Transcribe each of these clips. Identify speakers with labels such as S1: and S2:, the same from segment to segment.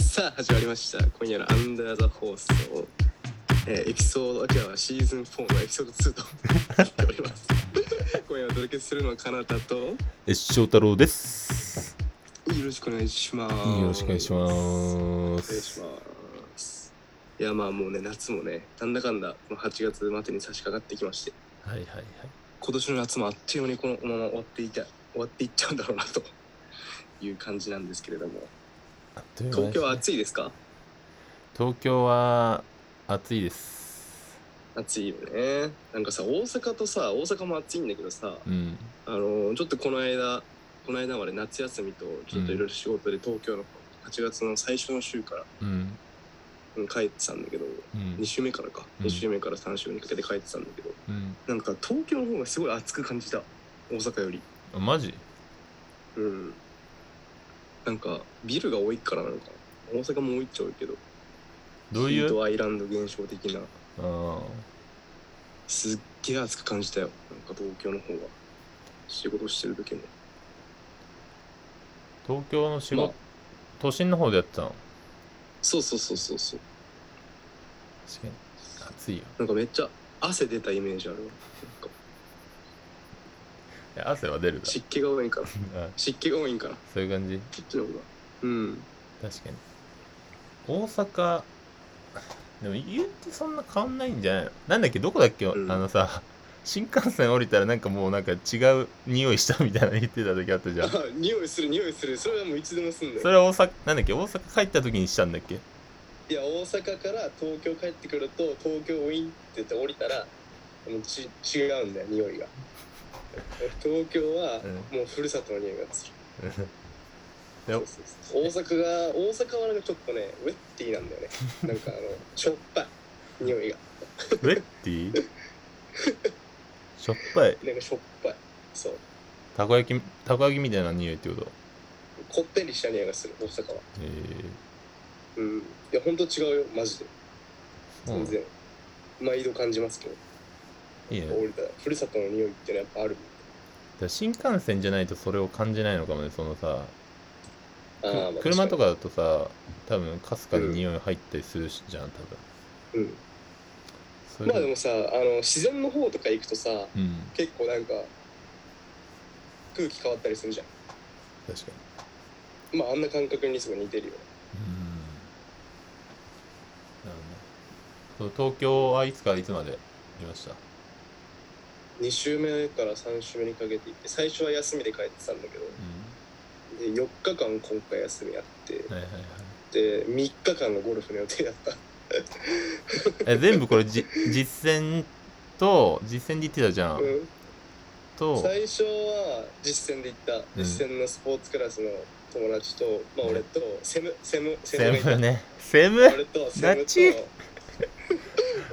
S1: さあ始まりました今夜の「アンダー・ザ・放送」えーエピソード今日はシーズン4のエピソード2と なっております今夜お届けするのはかなたとよ
S2: え翔太郎です。
S1: ろしくお願いします
S2: よろしくお願いします
S1: お
S2: す。
S1: 願いしますいやまあもうね夏もねなんだかんだこの8月までに差し掛かってきまして
S2: はいはいはい。
S1: 今年の夏もあっという間にこのまま終わっていた終わっていっちゃうんだろうなという感じなんですけれども
S2: あっという間
S1: 東京は
S2: ですね
S1: 暑いですか
S2: 東京は暑いです。
S1: 暑いよねなんかさ大阪とさ大阪も暑いんだけどさ
S2: うん。
S1: あのちょっとこの間この間まで夏休みとちょっといろいろ仕事で東京の8月の最初の週から
S2: うん。
S1: うん帰ってたんだけど
S2: うん
S1: 2。週目からか
S2: うん
S1: 2週目から3週にかけて帰ってたんだけど
S2: うん。
S1: なんか東京の方がすごい暑く感じた大阪より
S2: あ、マジ
S1: うんなんかビルが多いからなのかな大阪も多いっちゃ多いけど
S2: どう
S1: ヒ
S2: い
S1: ー
S2: う
S1: トアイランド現象的な
S2: あー
S1: すっげえ暑く感じたよなんか東京の方が仕事してる時も
S2: 東京の仕事、
S1: まあ
S2: 都心の方でやってたの
S1: そうそうそうそうそう
S2: 確かに。暑いよ。
S1: なんかめっちゃ汗出たイメージあるわなんか
S2: え汗は出るか
S1: 湿気が多いんかな
S2: ら。あ
S1: 湿気が多いんかなこ
S2: そういう感じ
S1: っちの方がうん
S2: 確かに。大阪、でも言うてそんな変わんないんじゃないのなんだっけ、どこだっけ、
S1: うん
S2: あのさ、新幹線降りたらなんかもうなんか違う匂いしたみたいな言ってた時あったじ ゃん。そ
S1: あ匂いする匂いするそれはもういつでもすんだよ
S2: れは大阪、なんだっけ、大阪帰った時にしたんだっけ
S1: いや大阪から東京帰ってくると東京ウィンって降りたらもうち違うんだよ匂いが東京は
S2: う
S1: もうふるさとの匂いがする
S2: で
S1: そうそうそう大阪が大阪はなんかちょっとねウェッティなんだよねなんかあのしょっぱい匂いが
S2: ウェッティしょっぱい。
S1: なんかしょっぱいそう
S2: たこ焼き、たこ焼きみたいな匂いってこと
S1: こってりした匂いがする大阪は
S2: え
S1: うんいやほんと違うよマジで
S2: ー、う
S1: 全
S2: ん
S1: 然、毎度感じますけど
S2: いいね。だか
S1: 降りたらふるさとの匂いってのはやっぱある
S2: ら新幹線じゃないとそれを感じないのかもね、そのさ、
S1: あー、まあ、
S2: 車と
S1: か
S2: かだとさ、多分かすかに匂い入ったりするしじゃん、多分。
S1: うん
S2: それ
S1: まあでもさあの自然の方とか行くとさ
S2: うん、
S1: 結構なんか空気変わったりするじゃ
S2: 確かに。
S1: んまああんな感覚にすごい似てるよ
S2: うん。なるほど。そう東京はいつからいつまでいました
S1: 2週目から3週目にかけて行って最初は休みで帰ってたんだけど
S2: う
S1: で4日間今回休みやって
S2: ん。はいはいはい。
S1: で3日間のゴルフの予定だった
S2: え、全部これじ、実践と、実践で言ってたじゃん。
S1: うん
S2: と、
S1: 最初は実践で行った
S2: うん
S1: 実践のスポーツクラスの友達と、まあ俺とセムセムセ
S2: セ
S1: ムが
S2: ム
S1: い
S2: ね。セム
S1: た俺 とセム
S2: ガチ
S1: と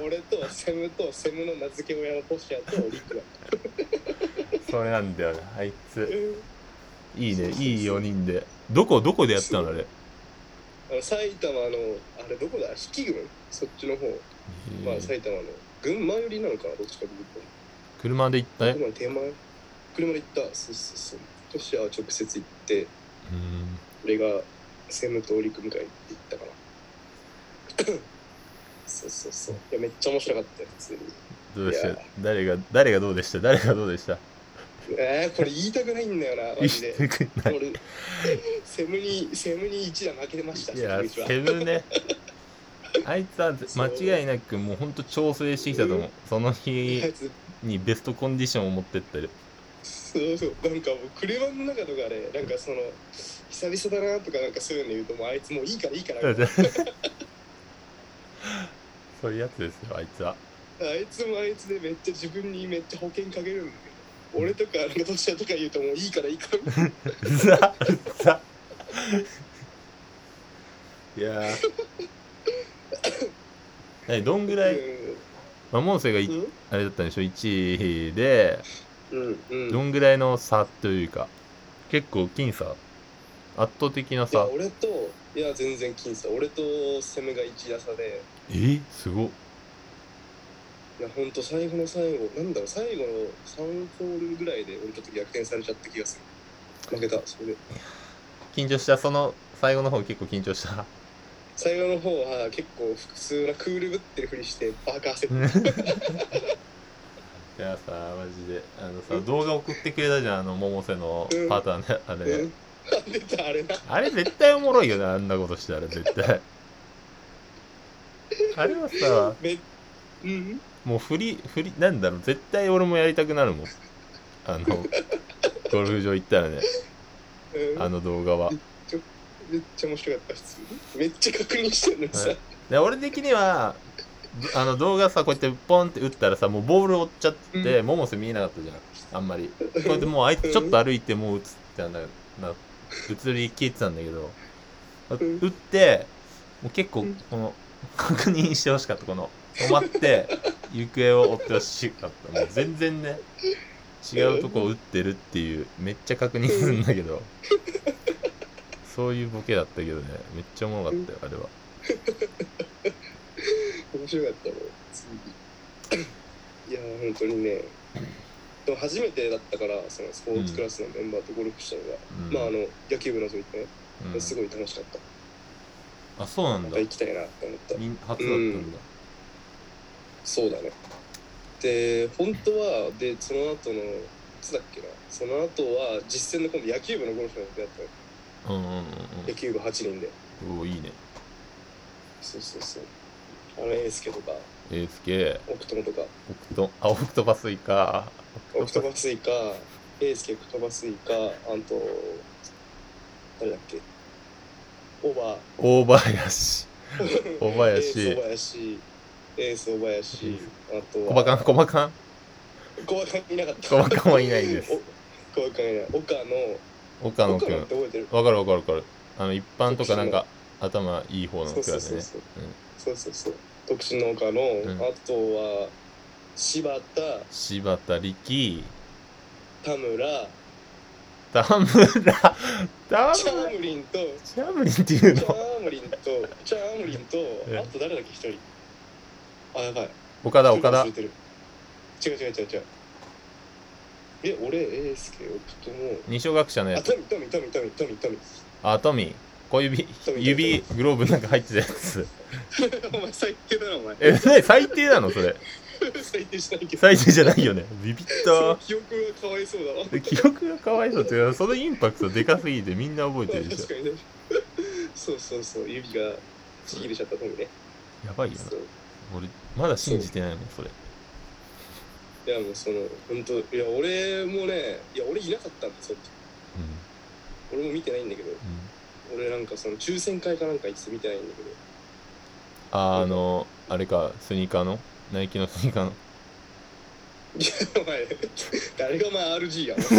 S1: 俺とセムとセムの名付け親のポシアとリクだった
S2: それなんだよね。あいつ。
S1: あ
S2: いい
S1: そうそ
S2: ね。
S1: うそう
S2: いい4人で。どこ、どこでやったのあれ。へ
S1: の埼玉のあれどこだ引き群そっちの方、
S2: ー
S1: まあ埼玉の群馬寄りなのかなどっちかというと
S2: 車で行ったね
S1: 今手前車で行ったそうそうそうトシアは直接行って
S2: うん。
S1: 俺がセムとオリ君が行って行ったかな そうそうそういやめっちゃ面白かったよ普通に
S2: どうでし
S1: いや
S2: た誰が、誰がどうでした誰がどうでした
S1: えー、これ言いたくないんだよ なマジで
S2: 言いたくない
S1: 俺セムにセムに一打負けてました
S2: いや
S1: 初日は
S2: セブンねあいつはぜ
S1: そう
S2: 間違いなくもうほんと調整してきたと思うその
S1: いや
S2: 日
S1: つ
S2: にベストコンディションを持ってってる
S1: そうそうなんかもう車の中とかでなんかその久々だなとかなんかそういうの言うともうあいつもういいからいいからあ
S2: そういうやつですよあいつはい
S1: つもあいつでめっちゃ自分にめっちゃ保険かけるんだけど俺とかなんか年下とか言うともういいからいいから
S2: うざうざいやーえどんぐらい、まあ、モンセがい
S1: うん
S2: あれだったんでしょ1位で
S1: うんうん
S2: どんぐらいの差というか結構僅差圧倒的ない
S1: や
S2: 差
S1: 俺といや全然僅差俺と攻めが1打差で
S2: えすごっ
S1: いやほんと最後の最後なんだろう最後の3ホールぐらいで俺ちょっと逆転されちゃった気がする負けたそれで
S2: 緊張したその最後の方結構緊張した
S1: 最後の方は結構普通なクールぶってるふりしてバカ焦って
S2: いやさマジであのさ動画送ってくれたじゃんあの百瀬の
S1: うん
S2: パターンねあれね、
S1: うんあ出たあれな
S2: あれ絶対おもろいよなあんなことしたら絶 対あれはさ
S1: めうん
S2: もう振り振りなんだろう絶対俺もやりたくなるもんあのゴルフ場行ったらね
S1: うん
S2: あの動画は
S1: めっちゃ面白かった普通にめっちゃ確認してるのにさ、
S2: はいで俺的にはぶあの動画さこうやってポンって打ったらさもうボール折っちゃってて、百瀬見えなかったじゃんあんまりこうやってもうあいつちょっと歩いてもう打つってなんだな移り消えてたんだけど
S1: ん
S2: 打ってもう結構
S1: うん
S2: この確認してほしかったこの止まって行方を追ってほしかったもう全然ね違うとこ打ってるっていうめっちゃ確認するんだ けどそういうボケだったけどねめっちゃおもろかったよあれは。
S1: 面白かったもん次いやー本当にねでも初めてだったからそのスポーツクラスのメンバーとゴルフしたのが、
S2: うん
S1: まああの野球部のぞいてね、
S2: うん
S1: すごい楽しかった
S2: あそうなん
S1: ま
S2: だ
S1: た行きたいなって思った
S2: みん初だったんだ
S1: そうだねで本当はでその後のいつだっけなその後は実践の今度野球部のゴルフのやつやったの
S2: うんうんうん
S1: 野球部8人で
S2: うんおーいいね
S1: そうそうそうあのエースケとか
S2: えー、すげえ
S1: 奥友とか
S2: オクトあオクトパスイカ
S1: オクトバスイカ、エースケオクトバスイカ、あと、誰だっけ、オバ
S2: オーバーヤシ
S1: ー、
S2: 小林
S1: エース小林、エース小林、あと
S2: 小バカン
S1: ン、
S2: 小バカン
S1: 小バカンいなかった。
S2: 小バカンはいないです
S1: お。 小バカンいない。岡
S2: 岡
S1: 野、
S2: 野
S1: 岡
S2: くん
S1: 野って覚えてる
S2: わかるわかるわかるあの一般とかなんか頭いい方の
S1: そう
S2: ク
S1: そ
S2: ラ
S1: う
S2: ス
S1: そう
S2: ね
S1: そうそ
S2: うん。
S1: うそうそう。独身の岡野、
S2: ん
S1: あとは、柴田、
S2: 柴田力
S1: 田村、
S2: 田村田
S1: チャ
S2: 村
S1: ームリンと、
S2: チャムリンっていう
S1: チャ
S2: の
S1: ームリンと、チャームリンと、
S2: え
S1: あと誰だっけ、一人。あ、やばい。
S2: 岡田岡田
S1: 忘れてる違う違う違う違う。え、俺、エースケ、とも。
S2: 二小学者のや
S1: あ、ト
S2: つ
S1: ミ、トミ、トミ、トミ、トミ、トミ。
S2: あトミー小指
S1: ミ
S2: 指グローブなんか入ってたやつ
S1: お前、最低だな、お前。
S2: え、何最低なのそれ。
S1: 最低しないけど。
S2: 最低じゃないよね。 ビビっ
S1: その
S2: た。
S1: 記憶がかわいそうだわ。
S2: で 記憶がかわいそうっていうか、そのインパクトでかすぎてみんな覚えてるでし
S1: 確かにね。そうそうそう、指がちぎれちゃったトミね。
S2: ょ。やばいよな。
S1: そう
S2: 俺、まだ信じてないもん、それ。
S1: いや、もうその、ほんと、いや、俺もね、いや、俺いなかったんだ、その時
S2: うん。
S1: 俺も見てないんだけど、
S2: うん、
S1: 俺なんかその抽選会かなんかいつ見てないんだけど、
S2: ああの、あれか、スニーカーのナイキのスニーカー の。
S1: お前、誰がお前 RG やん。そ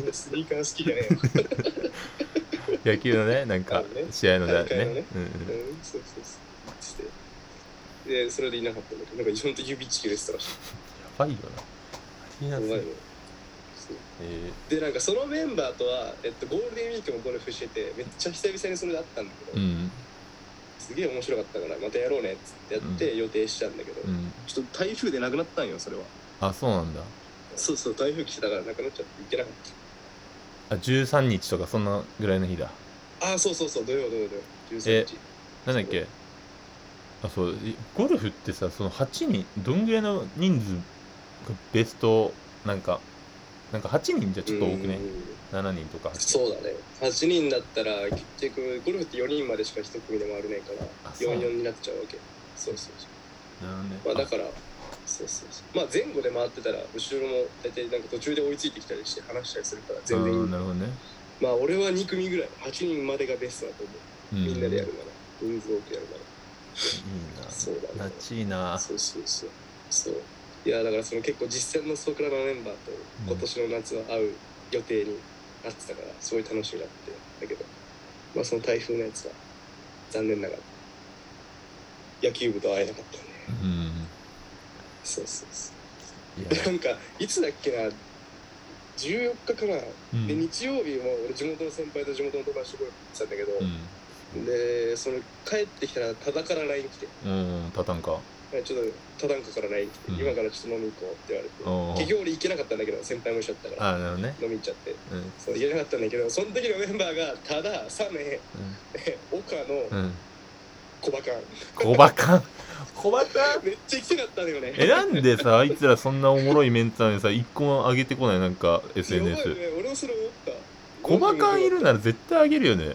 S1: んなスニーカー好きじゃねえよ。
S2: 野球のね、なん
S1: あ
S2: か
S1: のね、
S2: 試合のだ
S1: 大会の
S2: ね
S1: ね。
S2: うんうん
S1: うん、そうそうそう。して。で、それでいなかったんだけど、なんか本当指ちぎれてたらしい。
S2: やばいよな。
S1: お
S2: 気にな
S1: 前
S2: る
S1: も。そう
S2: え
S1: で、なんかそのメンバーとは、えっと、ゴールデンウィークもゴルフしてて、めっちゃ久々にそれで会ったんだけ
S2: ー、う
S1: ど、
S2: ん。
S1: すげえ面白かったから、またやろうねっつってやって予定したんだけど、
S2: うん。
S1: ちょっと台風でなくなったんよ、それは。
S2: あ、そうなんだ。
S1: そうそう、台風来てたからなくなっちゃって行けなかった。
S2: あ、13日とかそんなぐらいの日だ。
S1: ああ、そうそうそう、土曜、土曜、土曜。13日。
S2: なんだっけあそういゴルフってさその8人どんぐらいの人数がベストなんかなんか8人じゃちょっと多くね
S1: うん
S2: 7人とか
S1: そうだね8人だったら結局ゴルフって4人までしか1組で回れないから
S2: あそう
S1: 44になっちゃうわけそうそうそう
S2: なる
S1: ま
S2: ほ
S1: あ
S2: ど
S1: だ
S2: ね
S1: からそうそうそうまあ前後で回ってたら後ろも大体なんか途中で追いついてきたりして話したりするから
S2: あ
S1: 全
S2: あー
S1: 然
S2: なるほどね、
S1: まあ俺は2組ぐらい8人までがベストだと思う
S2: う
S1: みんなでやる
S2: い
S1: なら人数多くやるなら
S2: い
S1: そうだ
S2: なラ
S1: ね
S2: ッチいな
S1: そうそうそうそういやだからその結構実践のソクラのメンバーと今年の夏は会う予定になってたからすごい楽しみだってだけどまあその台風のやつは残念ながら野球部と会えなかったね
S2: うん
S1: そうそうそう
S2: いや
S1: でなんかいつだっけな14日かな、
S2: うん
S1: で日曜日も俺地元の先輩と地元の友達とこ行ってたんだけど
S2: う、ん
S1: でその帰ってきたらただから LINE 来て
S2: うん、うん、パターンか
S1: はいちょっと、他団家からない、
S2: うん
S1: 今からちょっと飲み行こうって言われて。
S2: お
S1: 結
S2: ー
S1: 局俺行けなかったんだけど、先輩も一緒だったから、
S2: ああなるほどね
S1: 飲み行っちゃって。
S2: うん
S1: そう、行けなかったんだけど、その時のメンバーが、ただ、サメ、岡野、
S2: うんうん
S1: 小バカン。
S2: 小バカ 小バカ
S1: めっちゃ行きたかったのよね。
S2: えなんでさあいつらそんなおもろいメンツなのにさ一個も上げてこないなんか
S1: やばい
S2: SNS
S1: ね、俺もそれ思った。
S2: 小バカいるなら絶対上げるよね
S1: ね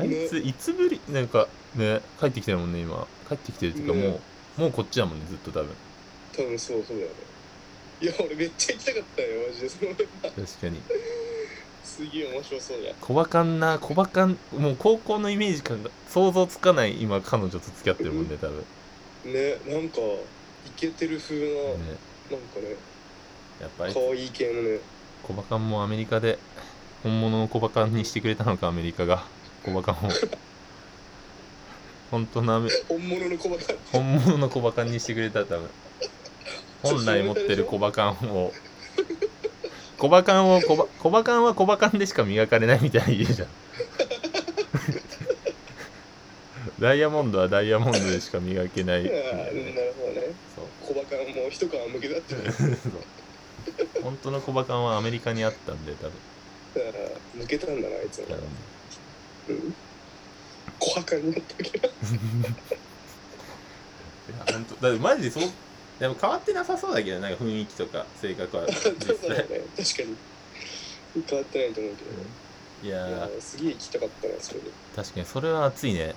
S2: あいついつぶりなんかね帰ってきてるもんね今帰ってきてるっていうかもう、
S1: ね
S2: もうこっちだもんねずっと多分
S1: 多分そうそうだよね。いや、俺めっちゃ行きたかったよ、マジで。そのメンバー、
S2: 確かに
S1: すげえ面白そうや。
S2: 小バカんな小バカんもう高校のイメージ感が想像つかない今彼女と付き合ってるもんね多分ね
S1: ね、なんか、イケてる風な、なんかね、
S2: やっぱり
S1: 可愛い系のね。
S2: 小バカンもアメリカで本物の小バカンにしてくれたのかアメリカが小バカン を本当のアメ
S1: 本物の小バカン
S2: 本物の小バカンにしてくれた多分本来持ってる小バカンを小バカンを小バ小バカンは小バカンでしか磨かれないみたいに言うじゃんダイヤモンドはダイヤモンドでしか磨けないみた
S1: あ
S2: いな
S1: ー
S2: ね
S1: なるほどね
S2: そ
S1: 小
S2: う
S1: バカンも一皮むけだったね
S2: そう本当の小バカンはアメリカにあったんで多分
S1: あーむけたんだなあいつも、うん、小バカンになったけど
S2: いや本当だってマジでそうでも変わってなさそうだけどなんか雰囲気とか性格は
S1: そう
S2: 実
S1: だね
S2: 際
S1: 確かに変わってないと思うけど、
S2: いや
S1: いや
S2: ー
S1: ーすげえ行きたかったなそれで
S2: 確かにそれは熱いね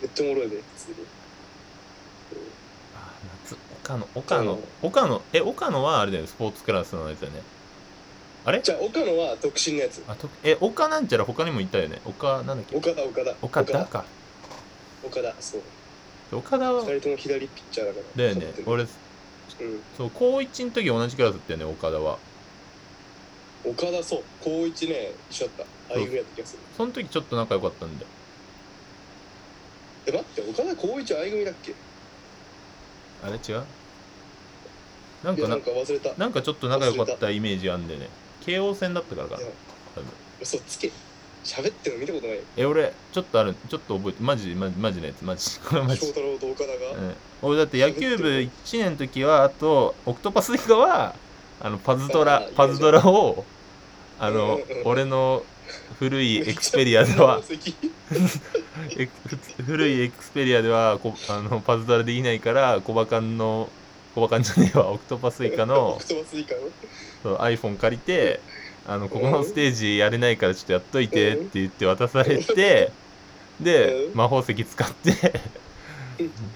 S1: めっちゃおもろいね普通に
S2: あー夏岡野岡
S1: う
S2: 野
S1: ん
S2: 岡野え岡野はあれだよねスポーツクラスのやつだよねあれ
S1: じゃあ岡野は独身のやつ
S2: あとえ岡なんちゃら他にもいたよね岡なんだっけ
S1: 岡田岡田
S2: 岡田か
S1: 岡田そう
S2: 岡田は
S1: 二人とも左ピッチャーだから
S2: だよね
S1: 勝ってる
S2: 俺そう高1の時同じクラスだったよね岡田は
S1: うん、岡田そう高一ね一緒だったあいうやった気がする
S2: その時ちょっと仲良かったんだよ
S1: え待って岡田高一あい組だっけ
S2: あれ違うなん
S1: い
S2: か
S1: や
S2: な
S1: なんか忘れた
S2: なんかちょっと仲良かったイメージあんでね慶応戦だったからか
S1: いや
S2: 多分
S1: 嘘つけ喋ってるの見たことない
S2: え俺ちょっとあるちょっと覚えてマジマジマジのやつマジこれマ
S1: 翔
S2: ジ、
S1: 太郎と岡田
S2: う
S1: が、
S2: ん、俺だって野球部1年の時はあとオクトパス以外はあのパズド
S1: あいい
S2: ラ
S1: ね
S2: パズドラをあ
S1: うん
S2: の
S1: うんうん
S2: 俺の古いエクスペリ
S1: い
S2: アで は
S1: そ
S2: エクふつ古いエクスペリアではこあのパズドラできないから小バカンの小バカンじゃねえわオクトパスイカの
S1: オクトパスイカの
S2: そう iPhone 借りてあのここのステージやれないからちょっとやっといてっ
S1: う
S2: て
S1: ん
S2: 言って渡されてで
S1: うん
S2: 魔法石使って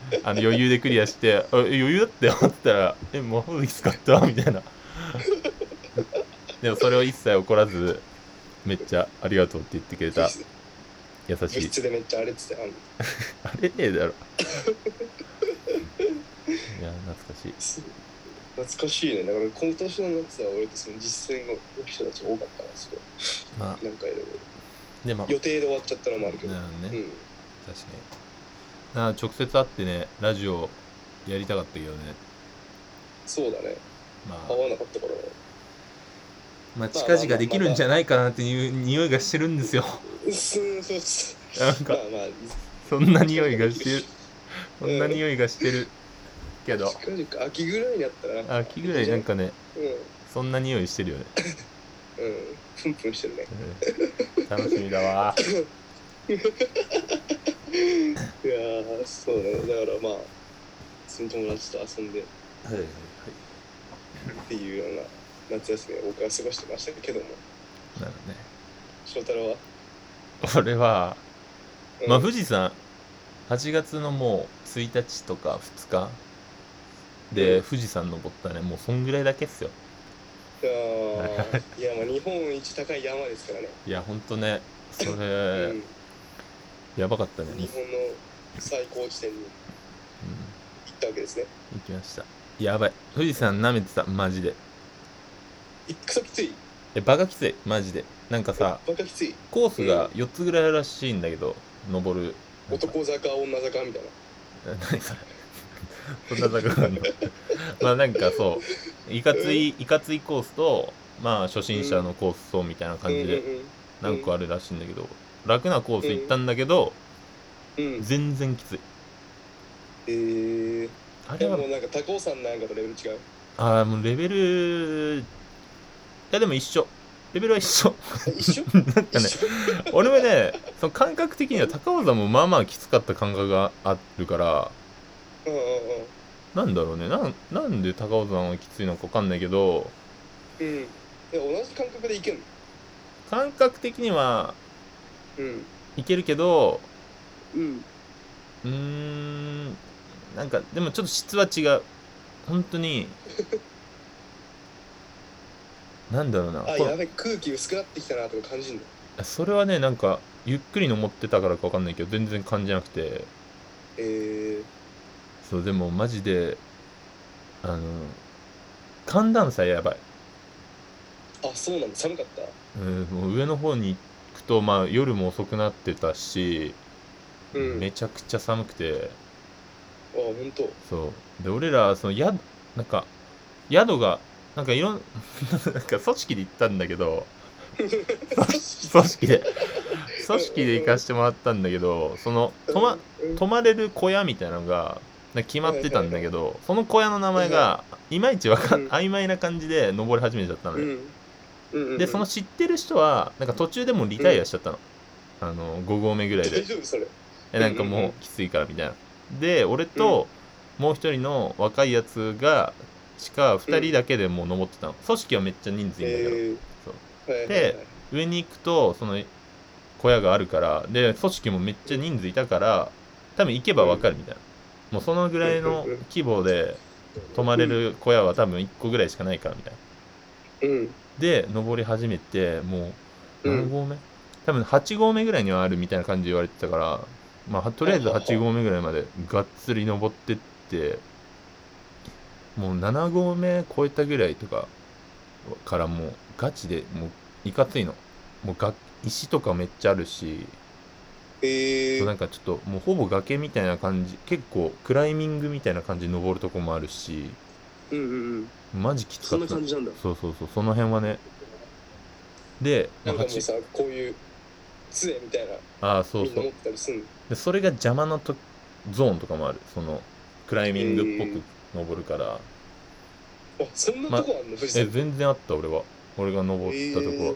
S2: あの余裕でクリアして「あえ余裕だったよ」って言ったら「え魔法石使った?」みたいなでもそれを一切怒らずめっちゃ「ありがとう」って言ってくれた優し
S1: 部
S2: い
S1: 室でめっちゃあれっつってあの
S2: あれね えだろいや懐かしい
S1: す懐かしいねだから今年の夏は俺とその実践の人たちが多かったなすごい
S2: ま
S1: なんかいろい
S2: あでも
S1: ろ予定で終わっちゃったのもあるけど
S2: なるほど
S1: う
S2: ね
S1: ん
S2: 確かになあ直接会ってねラジオやりたかったけどね
S1: そうだね
S2: まあ
S1: 合わなかったからね
S2: まあ近々できるんじゃないかなっていう匂いがしてるん ですよ
S1: うっすーそうっす
S2: なん
S1: まあ
S2: か
S1: まあ
S2: そんな匂いがしてる そんな匂いがしてるけど
S1: 近々秋ぐらいになったらな
S2: 秋ぐらいなんかね
S1: うん
S2: そんな匂いしてるよね
S1: うんプンプンしてるね
S2: うん楽しみだわ
S1: いやーそうねだからまあその友達と遊んでっていうような夏休みを僕は過ごしてましたけども
S2: なるね
S1: 翔太郎は、
S2: 俺は
S1: うん
S2: まあ富士山8月のもう1日とか2日で
S1: うん
S2: 富士山登ったねもうそんぐらいだけっすよ
S1: いやーいやまあ日本一高い山です からね、
S2: いやほんとねそれやばかったね
S1: うん、
S2: うん
S1: 日本の最高地点に行ったわけですね
S2: 行きましたやばい富士山舐めてたマジで
S1: いっくそきつい
S2: えバカきついマジでなんかさ
S1: バカきつい
S2: コースが4つぐらいあるらしいんだけど登るなんか
S1: 男坂女坂みたいな
S2: え何それ そんな坂があんのまあなんかそういかついいかついコースとまあ初心者のコースそうみたいな感じで
S1: うん
S2: なんかあるらしいんだけど楽なコース行ったんだけ
S1: うんうんう
S2: ど
S1: ん
S2: 全然きつい
S1: えー、
S2: あれ
S1: で
S2: は
S1: もなんか高尾山なんかとレベル違う
S2: ああもうレベルいやでも一緒レベルは一 緒
S1: 一緒
S2: なんかね
S1: 一緒
S2: 俺もねその感覚的には高尾山もまあまあきつかった感覚があるから
S1: うんうん
S2: なんだろうねなんなんで高尾山はきついのか分かんないけど
S1: うんうんえ同じ感覚でいけんの
S2: 感覚的には
S1: うん
S2: いけるけど
S1: うん
S2: うーんなんかでもちょっと質は違う本当になんだろうな
S1: あ
S2: こ
S1: やべ空気薄くなってきたなとか感じんの
S2: それはねなんかゆっくりの持ってたからか分かんないけど全然感じなくて
S1: え
S2: そうでもマジであの寒暖差やばい、
S1: ー、あそうなんだ寒かった
S2: うん、もう上の方に行くとまあ夜も遅くなってたし、
S1: うん
S2: めちゃくちゃ寒くて
S1: あ本 当
S2: そうで俺らその宿なんか宿がなんかいろん なんか組織で行ったんだけど組織で組織で行かしてもらったんだけどその泊ま
S1: うん
S2: 泊まれる小屋みたいなのがなんか決まってたんだけどその小屋の名前がいまいちわかん
S1: うん
S2: 曖昧な感じで登り始めちゃったの
S1: う
S2: よ
S1: んうんうんうん
S2: でその知ってる人はなんか途中でもうリタイアしちゃったのあの5合目ぐらいで
S1: 大丈夫それ
S2: えなんか
S1: うんうんう
S2: も
S1: ん
S2: うきついからみたいなで俺ともう一人の若いやつがしか2人だけでもう登ってたの組織はめっちゃ人数いるんだけど、
S1: え
S2: そう
S1: ーはいはいはい
S2: で上に行くとその小屋があるからで組織もめっちゃ人数いたから多分行けばわかるみたいな、もうそのぐらいの規模で泊まれる小屋は多分1個ぐらいしかないからみたいな
S1: うん
S2: で登り始めても
S1: う
S2: う
S1: ん
S2: 何合目、多分8合目ぐらいにはあるみたいな感じで言われてたから、まあ、はとりあえず8合目ぐらいまでがっつり登ってってもう7合目超えたぐらいとかからもうガチでもういかついのもうが石とかめっちゃあるし
S1: えー
S2: なんかちょっともうほぼ崖みたいな感じ結構クライミングみたいな感じで登るとこもあるし
S1: うんうんうん
S2: マジきつ
S1: そ
S2: か
S1: ん
S2: っ
S1: な
S2: た
S1: 感じなんだ
S2: そうそうそうその辺はねで、ま
S1: なんか
S2: あ
S1: もう
S2: 八
S1: さこういう杖みたいな
S2: ああそう
S1: みんな
S2: そ
S1: 持
S2: う
S1: ってたりすんの
S2: でそれが邪魔なとゾーンとかもあるそのクライミングっぽく登るから、
S1: あそんなとこあんの富士
S2: え
S1: 山
S2: 全然あった俺は俺が登ったとこは、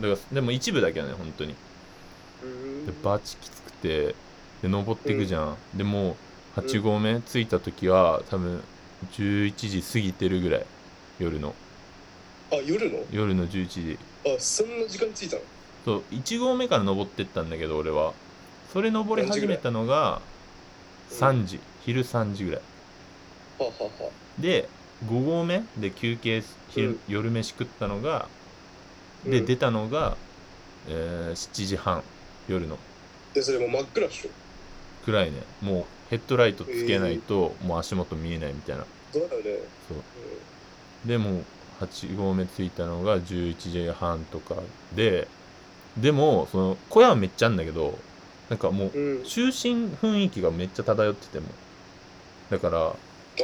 S2: だからでも一部だけはね本当に
S1: うーん
S2: でバチきつくてで登っていくじゃん、でもう8合目着いた時は多分11時過ぎてるぐらい夜の
S1: あ夜の
S2: 夜の11時
S1: あそんな時間ついたの
S2: そう1合目から登ってったんだけど俺はそれ登り始めたのが
S1: うん
S2: 3時昼3時ぐらい
S1: はあはあは
S2: で5合目で休憩し昼、
S1: うん
S2: 夜飯食ったのが
S1: あ
S2: で
S1: うん
S2: 出たのが、えー7時半夜の
S1: でそれもう真っ暗っしょ
S2: くらいねもうヘッドライトつけないと、もう足元見えないみたいな
S1: そうだよね
S2: そうでもう8合目着いたのが11時半とかででもその小屋はめっちゃあんだけどなんかもう
S1: うん、うん、
S2: 中心雰囲気がめっちゃ漂っててもだから
S1: あ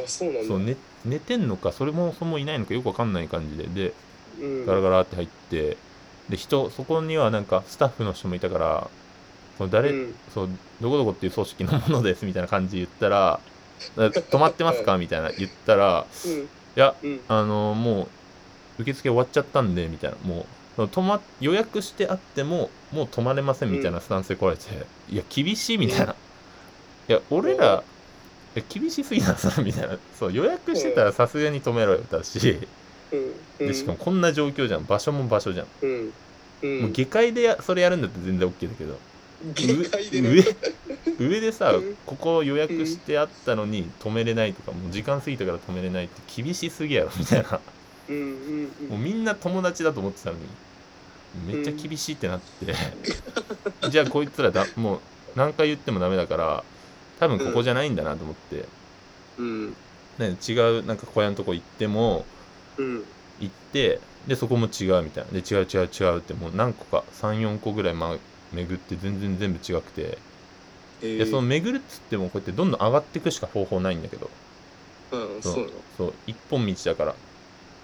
S1: そうなんだ
S2: そう、寝寝てんのかそれもそもいないのかよくわかんない感じでで
S1: うん、
S2: ガラガラって入ってで人そこにはなんかスタッフの人もいたからその誰、
S1: うん、
S2: そうどこどこっていう組織のものですみたいな感じで言ったら「だ止まってますか?」みたいな言ったら「
S1: うん
S2: いや
S1: うん
S2: あのもう受付終わっちゃったんで」みたいなもう。その泊ま予約してあってももう泊まれませんみたいなスタンスで来られて、いや厳しいみたいな、いや俺らいや厳しすぎだなみたいなそう予約してたらさすがに止めろよだし、
S1: うんうん
S2: でしかもこんな状況じゃん場所も場所じゃん、
S1: うんうん
S2: もう下界でやそれやるんだって全然 OK だけど
S1: 限界でね
S2: 上上でさ、
S1: うん
S2: ここ予約してあったのに止めれないとかもう時間過ぎたから止めれないって厳しすぎやろみたいな
S1: うんうんうん
S2: もうみんな友達だと思ってたのにめっちゃ厳しいってな って、じゃあこいつらだもう何回言ってもダメだから多分ここじゃないんだなと思って、
S1: うん
S2: ね、違うなんか小屋のとこ行っても
S1: うん
S2: 行ってでそこも違うみたいなで違う違う違うってもう何個か34個ぐらい、ま、巡って全然全部違くて、
S1: えー
S2: でその巡るっつってもこうやってどんどん上がっていくしか方法ないんだけど
S1: うん
S2: そ
S1: そ
S2: う
S1: うなの
S2: そう一本道だから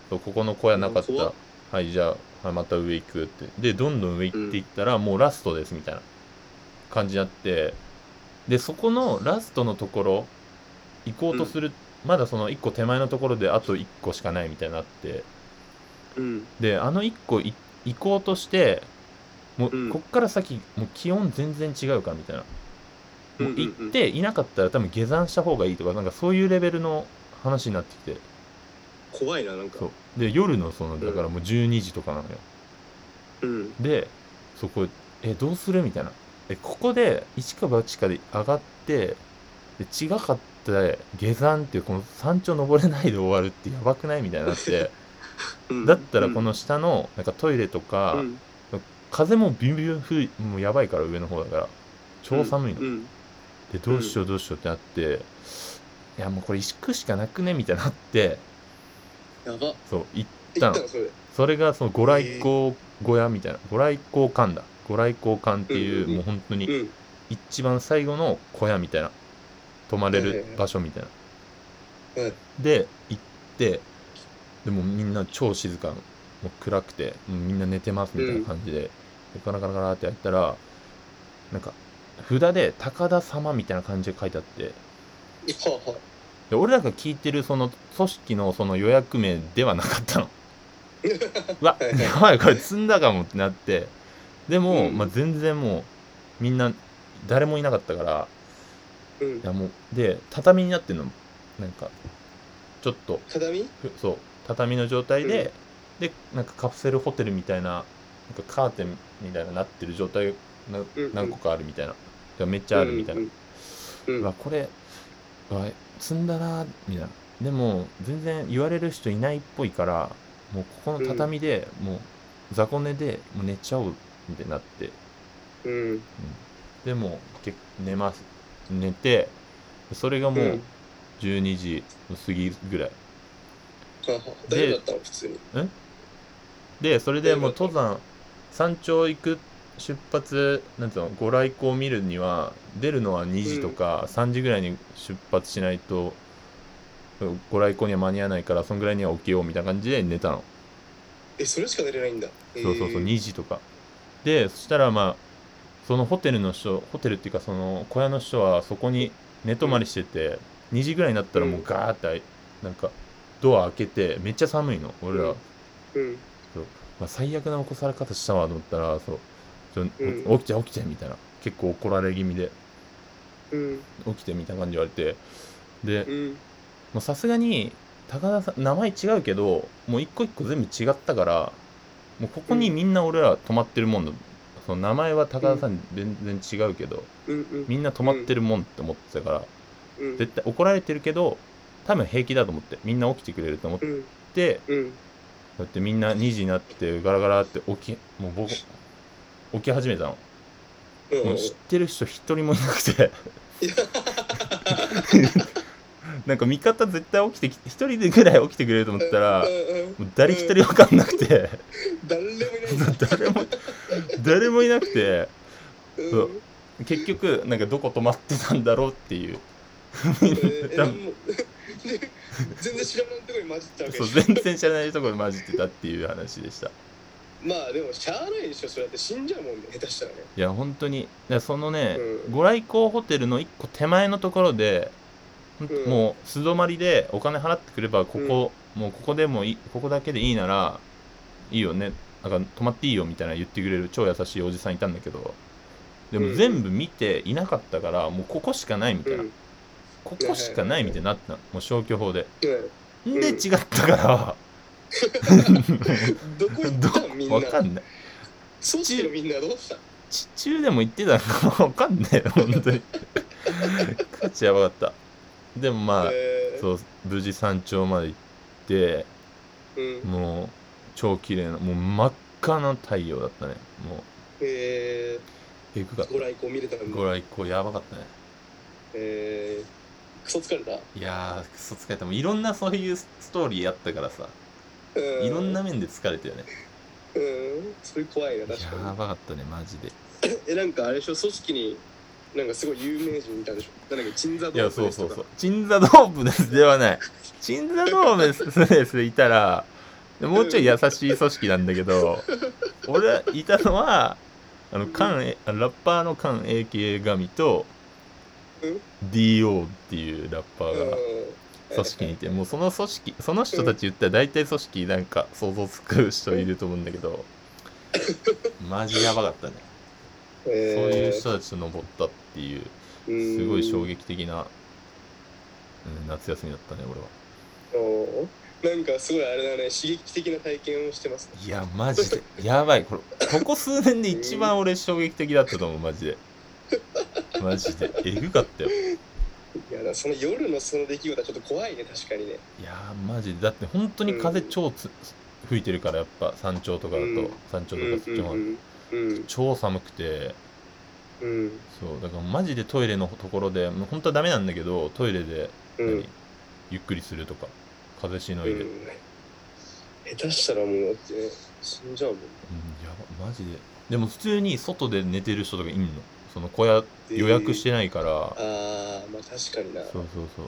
S2: そうここの小屋なかった
S1: うん怖っ
S2: はいじゃあ、はい、また上行くってでどんどん上行っていったら、もうラストですみたいな感じになってでそこのラストのところ行こうとする、まだその1個手前のところであと1個しかないみたいになって
S1: うん
S2: であの1個い行こうとしてもう、
S1: うん
S2: こっから先もう気温全然違うからみたいなもう
S1: う
S2: 行
S1: んうんう
S2: っ
S1: ん
S2: ていなかったら多分下山した方がいいとかなんかそういうレベルの話になってきて
S1: 怖いななんか
S2: そうで夜のその
S1: ん
S2: だからもう12時とかなのよ
S1: うん
S2: でそこえどうするみたいなえここで一か八かで上がってで違かったら下山っていうこの山頂登れないで終わるってやばくないみたいになって
S1: うん
S2: だったらこの下のなんかトイレとか、
S1: うん
S2: 風もビュンビュン吹いもうやばいから上の方だから超寒いの、
S1: うん
S2: でどうしようどうしようってなって、いやもうこれ行くしかなくねみたいになって
S1: やば
S2: そう行った
S1: 行っ
S2: の
S1: たのそれ
S2: それがその御来光小屋みたいな御来光館だ御来光館ってい
S1: うんうん
S2: う、
S1: うん
S2: もう本当に
S1: うん
S2: 一番最後の小屋みたいな泊まれる場所みたい
S1: は
S2: な、
S1: いはい
S2: で行ってでもみんな超静かもう暗くてもうみんな寝てますみたいな感じで,、でカラカラカラってやったらなんか札で「高田様」みたいな感じで書いてあって
S1: はあは
S2: で俺らが聞いてるその組織のその予約名ではなか ったのうわ
S1: はいはい
S2: やばいこれ積んだかもってなってでも、
S1: うん
S2: まあ、全然もうみんな誰もいなかったから
S1: うん
S2: いやもうで畳になってるのなんかちょっと
S1: 畳
S2: ふそう畳の状態で、でなんかカプセルホテルみたいななんかカーテンみたいななってる状態な
S1: うんうん
S2: 何個かあるみたいな、でめっちゃあるみたいな、う
S1: うんうん
S2: わこれうわ積んだなみたいなでも全然言われる人いないっぽいからもうここの畳で、もう雑魚寝でもう寝ちゃおうみたいになって
S1: うん
S2: でも結寝ます寝てそれがも
S1: う
S2: うん12時過ぎぐらい、
S1: はあはあ大丈夫だったの普通に
S2: でそれでもう
S1: えー
S2: 登山山頂行く出発なんつうのご来光を見るには出るのは2時とか3時ぐらいに出発しないと、ご来光には間に合わないからそんぐらいには起きようみたいな感じで寝たの、
S1: えそれしか寝れないんだ
S2: そうそうそう
S1: へえ
S2: 2時とかでそしたらまあそのホテルの人ホテルっていうかその小屋の人はそこに寝泊まりしてて、2時ぐらいになったらもうガーってあいなんかドア開けてめっちゃ寒いの俺ら、
S1: うんうん
S2: まあ、最悪な起こされ方したわと思ったらそうちょ、
S1: うん
S2: 起きちゃえ起きちゃえみたいな結構怒られ気味で
S1: うん
S2: 起きてみたいな感じで言われて
S1: う
S2: で
S1: ん
S2: もうさすがに高田さん名前違うけどもう一個一個全部違ったからもうここにみんな俺ら泊まってるもんだ、その名前は高田さん全然違うけど、
S1: うんうん
S2: みんな泊まってるもんって思ってたから、
S1: うん
S2: 絶対怒られてるけど多分平気だと思ってみんな起きてくれると思っ
S1: うん
S2: て、
S1: うん
S2: だってみんな2時になってガラガラって起きもう僕起き始めたの
S1: うん
S2: もう知ってる人一人もいな くて
S1: いや
S2: なんか味方絶対起きてき一人でぐらい起きてくれると思ったら
S1: うんうん
S2: もう誰一人分かんなくて
S1: 誰もいないんだ
S2: 誰も誰もいなくて
S1: うん
S2: そう結局なんかどこ泊まってたんだろうっていう
S1: え ーえ
S2: 多
S1: ー
S2: 分
S1: もう 全然知らないところに混じったわけ
S2: そう
S1: でしょ
S2: 全然知らないところに混じってたっていう話でした
S1: まあでもしゃあないでしょそれだって死んじゃうもんね下手したらね
S2: いや本当にだからそのね、
S1: うん
S2: ご来光ホテルの1個手前のところで、ほんと
S1: うん
S2: もう素泊まりでお金払ってくればここ、もうここでもいいここだけでいいならいいよねなんか泊まっていいよみたいな言ってくれる超優しいおじさんいたんだけどで
S1: う
S2: も
S1: ん
S2: 全部見ていなかったからもうここしかないみたいな、
S1: うん
S2: ここしかないみたいになったのもう消去法で
S1: ん
S2: で違ったから、
S1: うんどこ行
S2: ど
S1: っ
S2: こ
S1: たんみんな
S2: わかんない
S1: 組織のみんなどうした
S2: 地中でも行ってたのかわかんない本当に価値やばかったでもまあ、
S1: えー
S2: そう無事山頂まで行って
S1: うん
S2: もう超綺麗なもう真っ赤な太陽だったねも
S1: え
S2: うえぐかっ
S1: ーご来光見れた
S2: た
S1: ん
S2: ご
S1: だ
S2: 来光やばかったね
S1: えークソ疲れた
S2: いやークソ疲れたもういろんなそういうストーリーやったからさ
S1: う
S2: いろんな面で疲れたよね
S1: うんそれ怖いな確
S2: や
S1: か
S2: ばかったねマジで
S1: にえなんかあれでしょ組織になんかすごい有名人いたでしょなんだっけ鎮座
S2: い
S1: 動
S2: や
S1: 物
S2: そう
S1: です
S2: そ
S1: と
S2: う
S1: か
S2: そう鎮座ドープネスではない鎮座ドープネスでいたらもうちょい優しい組織なんだけど俺いたのはあのカンエあラッパーのカン AKA ガミと DO っていうラッパーが
S1: うん
S2: 組織にいてもうその組織その人たち言ったら大体組織なんか想像つく人いると思うんだけ どマジやばかったね
S1: そう
S2: そういう人たちと登ったっていうすごい衝撃的な、うん、夏休みだったね俺は
S1: おーなんかすごいあれだね刺激的な体験をしてますね
S2: いやマジでやばいこれここ数年で一番俺衝撃的だったと思うマジでマジでえぐかったよ
S1: いやだその夜のその出来事はちょっと怖いね確かにね
S2: いやーマジでだって本当に風超つ、吹いてるからやっぱ山頂とかだと、
S1: うん
S2: 山頂
S1: う
S2: と
S1: ん
S2: かそっちもある、
S1: うん
S2: 超寒くて
S1: うん
S2: そうだからマジでトイレのところでもう本当はダメなんだけどトイレで、
S1: うんうん
S2: 何ゆっくりするとか風しの
S1: う
S2: いで、
S1: ん下手したらもうだってね死んじゃうもん
S2: うん、やばマジででも普通に外で寝てる人とかいんのその小屋
S1: えー
S2: 予約してないから、
S1: ああまあ確かにな
S2: そうそうそう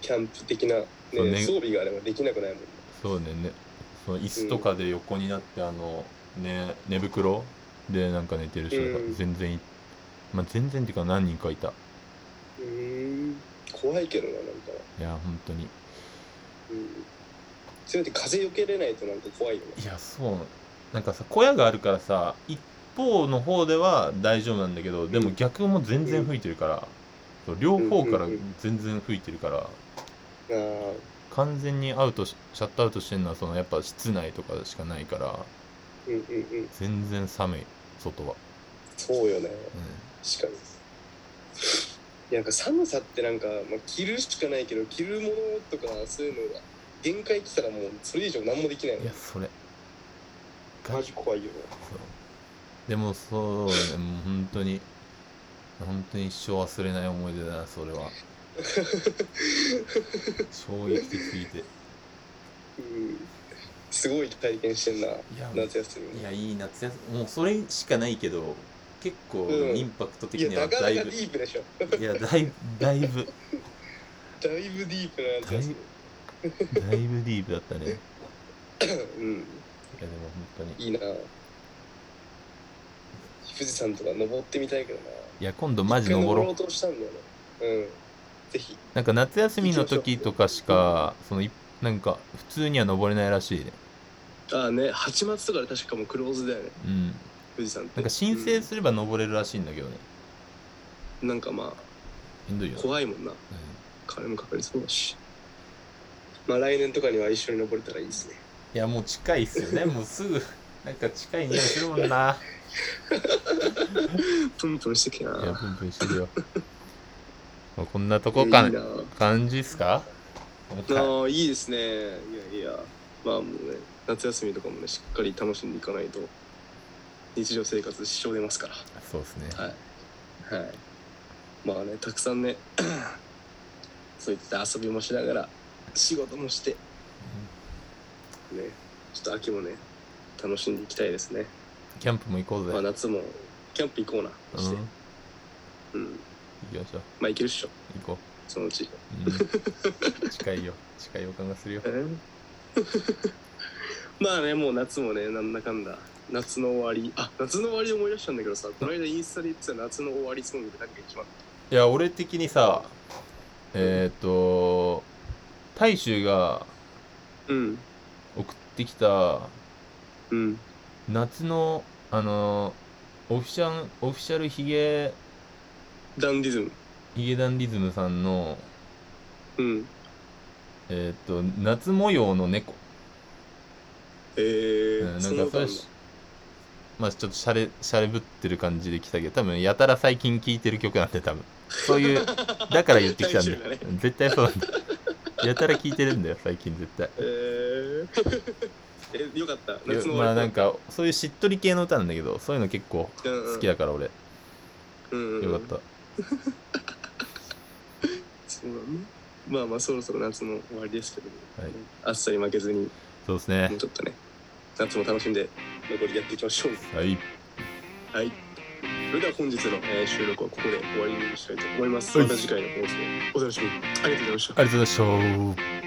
S1: キャンプ的な、ね
S2: そうね
S1: 装備があればできなくないもんね
S2: そうねねその椅子とかで横になって、あのね寝袋でなんか寝てる人とか
S1: うん
S2: 全然い、まあ、全然っていうか何人かいた
S1: うーん怖いけどななんか、
S2: いや本当に
S1: うん、それだって風よけれないとなんか怖いよね
S2: いやそうなんかさ小屋があるからさ一方の方では大丈夫なんだけどでも逆も全然吹いてるから、そう両方から
S1: うんうんうん
S2: 全然吹いてるから、
S1: あー
S2: 完全にアウトしシャットアウトしてるのはそのやっぱ室内とかしかないから
S1: うんうんうん
S2: 全然寒い外は、
S1: そうよね
S2: う
S1: 確かにいやなんか寒さってなんか、まあ、着るしかないけど着るものとかそういうのが限界来たらもうそれ以上何もできない
S2: ん、いやそれ
S1: マジ怖いよね
S2: そうでもそうねもう本当に本当に一生忘れない思い出だなそれは衝撃的すぎてい
S1: うんすごい体験してんな
S2: や
S1: 夏休み
S2: いやいい夏休みもうそれしかないけど結構
S1: うん
S2: インパクト的
S1: いや
S2: には
S1: なかな
S2: だ
S1: か
S2: い
S1: デ
S2: ぶ、
S1: ィープでしょ
S2: いやだいぶだ
S1: だい
S2: いぶ
S1: ぶディープな夏休
S2: だいぶディープだったねいやで
S1: みうん
S2: も本当に
S1: いいな富士山とか登ってみたいけどない
S2: や今度マジ
S1: 一回
S2: 登
S1: 登
S2: ろ
S1: ろ
S2: う
S1: うとしたんだよねうんぜひ
S2: なんか夏休みの時とかしかそのいなんか普通には登れないらしいね
S1: ああね八松とかで確かもうクローズだよね
S2: うん
S1: 富士山って
S2: なんか申請すれば登れるらしいんだけどね
S1: うんなんかまあ
S2: しんどいよね
S1: 怖いもんな金もかかりそうだしまあ来年とかには一緒に登れたらいいですね
S2: いやもう近いっすよね もうすぐなんか近い匂いするもんな
S1: プンプンしてきた
S2: いや
S1: な
S2: プンプンしてるよまあこんなとこか
S1: いやいい
S2: 感じっすか
S1: なああいいですねいやいやまあもうね夏休みとかもねしっかり楽しんでいかないと日常生活支障出ますから
S2: そうですね
S1: はいはいまあねたくさんね そういった遊びもしながら仕事もしてねちょっと秋もね楽しんでいきたいですね
S2: キャンプも行こうぜ、
S1: まあ夏もキャンプ行こうな
S2: うん
S1: してう
S2: 行
S1: ん
S2: きましょう
S1: まあいけるっしょ
S2: 行こ
S1: そのうち
S2: う、 うん、近いよ近い予感がするよ
S1: えー まあねもう夏もねなんだかんだ夏の終わりあ夏の終わり思い出したんだけどさこの間インスタで言ってた夏の終わりソングって何か一番
S2: いや俺的にさえっ、ー、と大衆が
S1: うん
S2: 送ってきた
S1: うん
S2: 夏のあのオフィシャンオフィシャルヒゲ
S1: ダンディズム
S2: ヒゲダンリズムさんの
S1: うん
S2: えっ、と夏模様の猫、
S1: えー
S2: うんな
S1: そ
S2: ん
S1: の
S2: か
S1: 歌
S2: そ
S1: あ
S2: れ
S1: んの
S2: しまあちょっとシャレシャレぶってる感じで来たけど多分やたら最近聴いてる曲なんで多分そういうだから言ってきたんだ よ
S1: 大衆がね
S2: 絶対そうなんだよやたら聴いてるんだよ最近絶対
S1: えー えよかった
S2: いや
S1: 夏の終わり
S2: まあなんかそういうしっとり系の歌なんだけどそういうの結構好きだから俺、
S1: うんうん、
S2: よかった
S1: そうだねまあまあそろそろ夏の終わりですけど、
S2: はい
S1: 暑さに負けずに
S2: そうですね
S1: もうちょっとね夏も楽しんで残りやっていきましょう
S2: はい
S1: はい。それでは本日の、えー収録はここで終わりにしたいと思います。
S2: は
S1: ま
S2: い
S1: た次回の放送をお楽しみに。ありがとうございました。
S2: ありがとうございました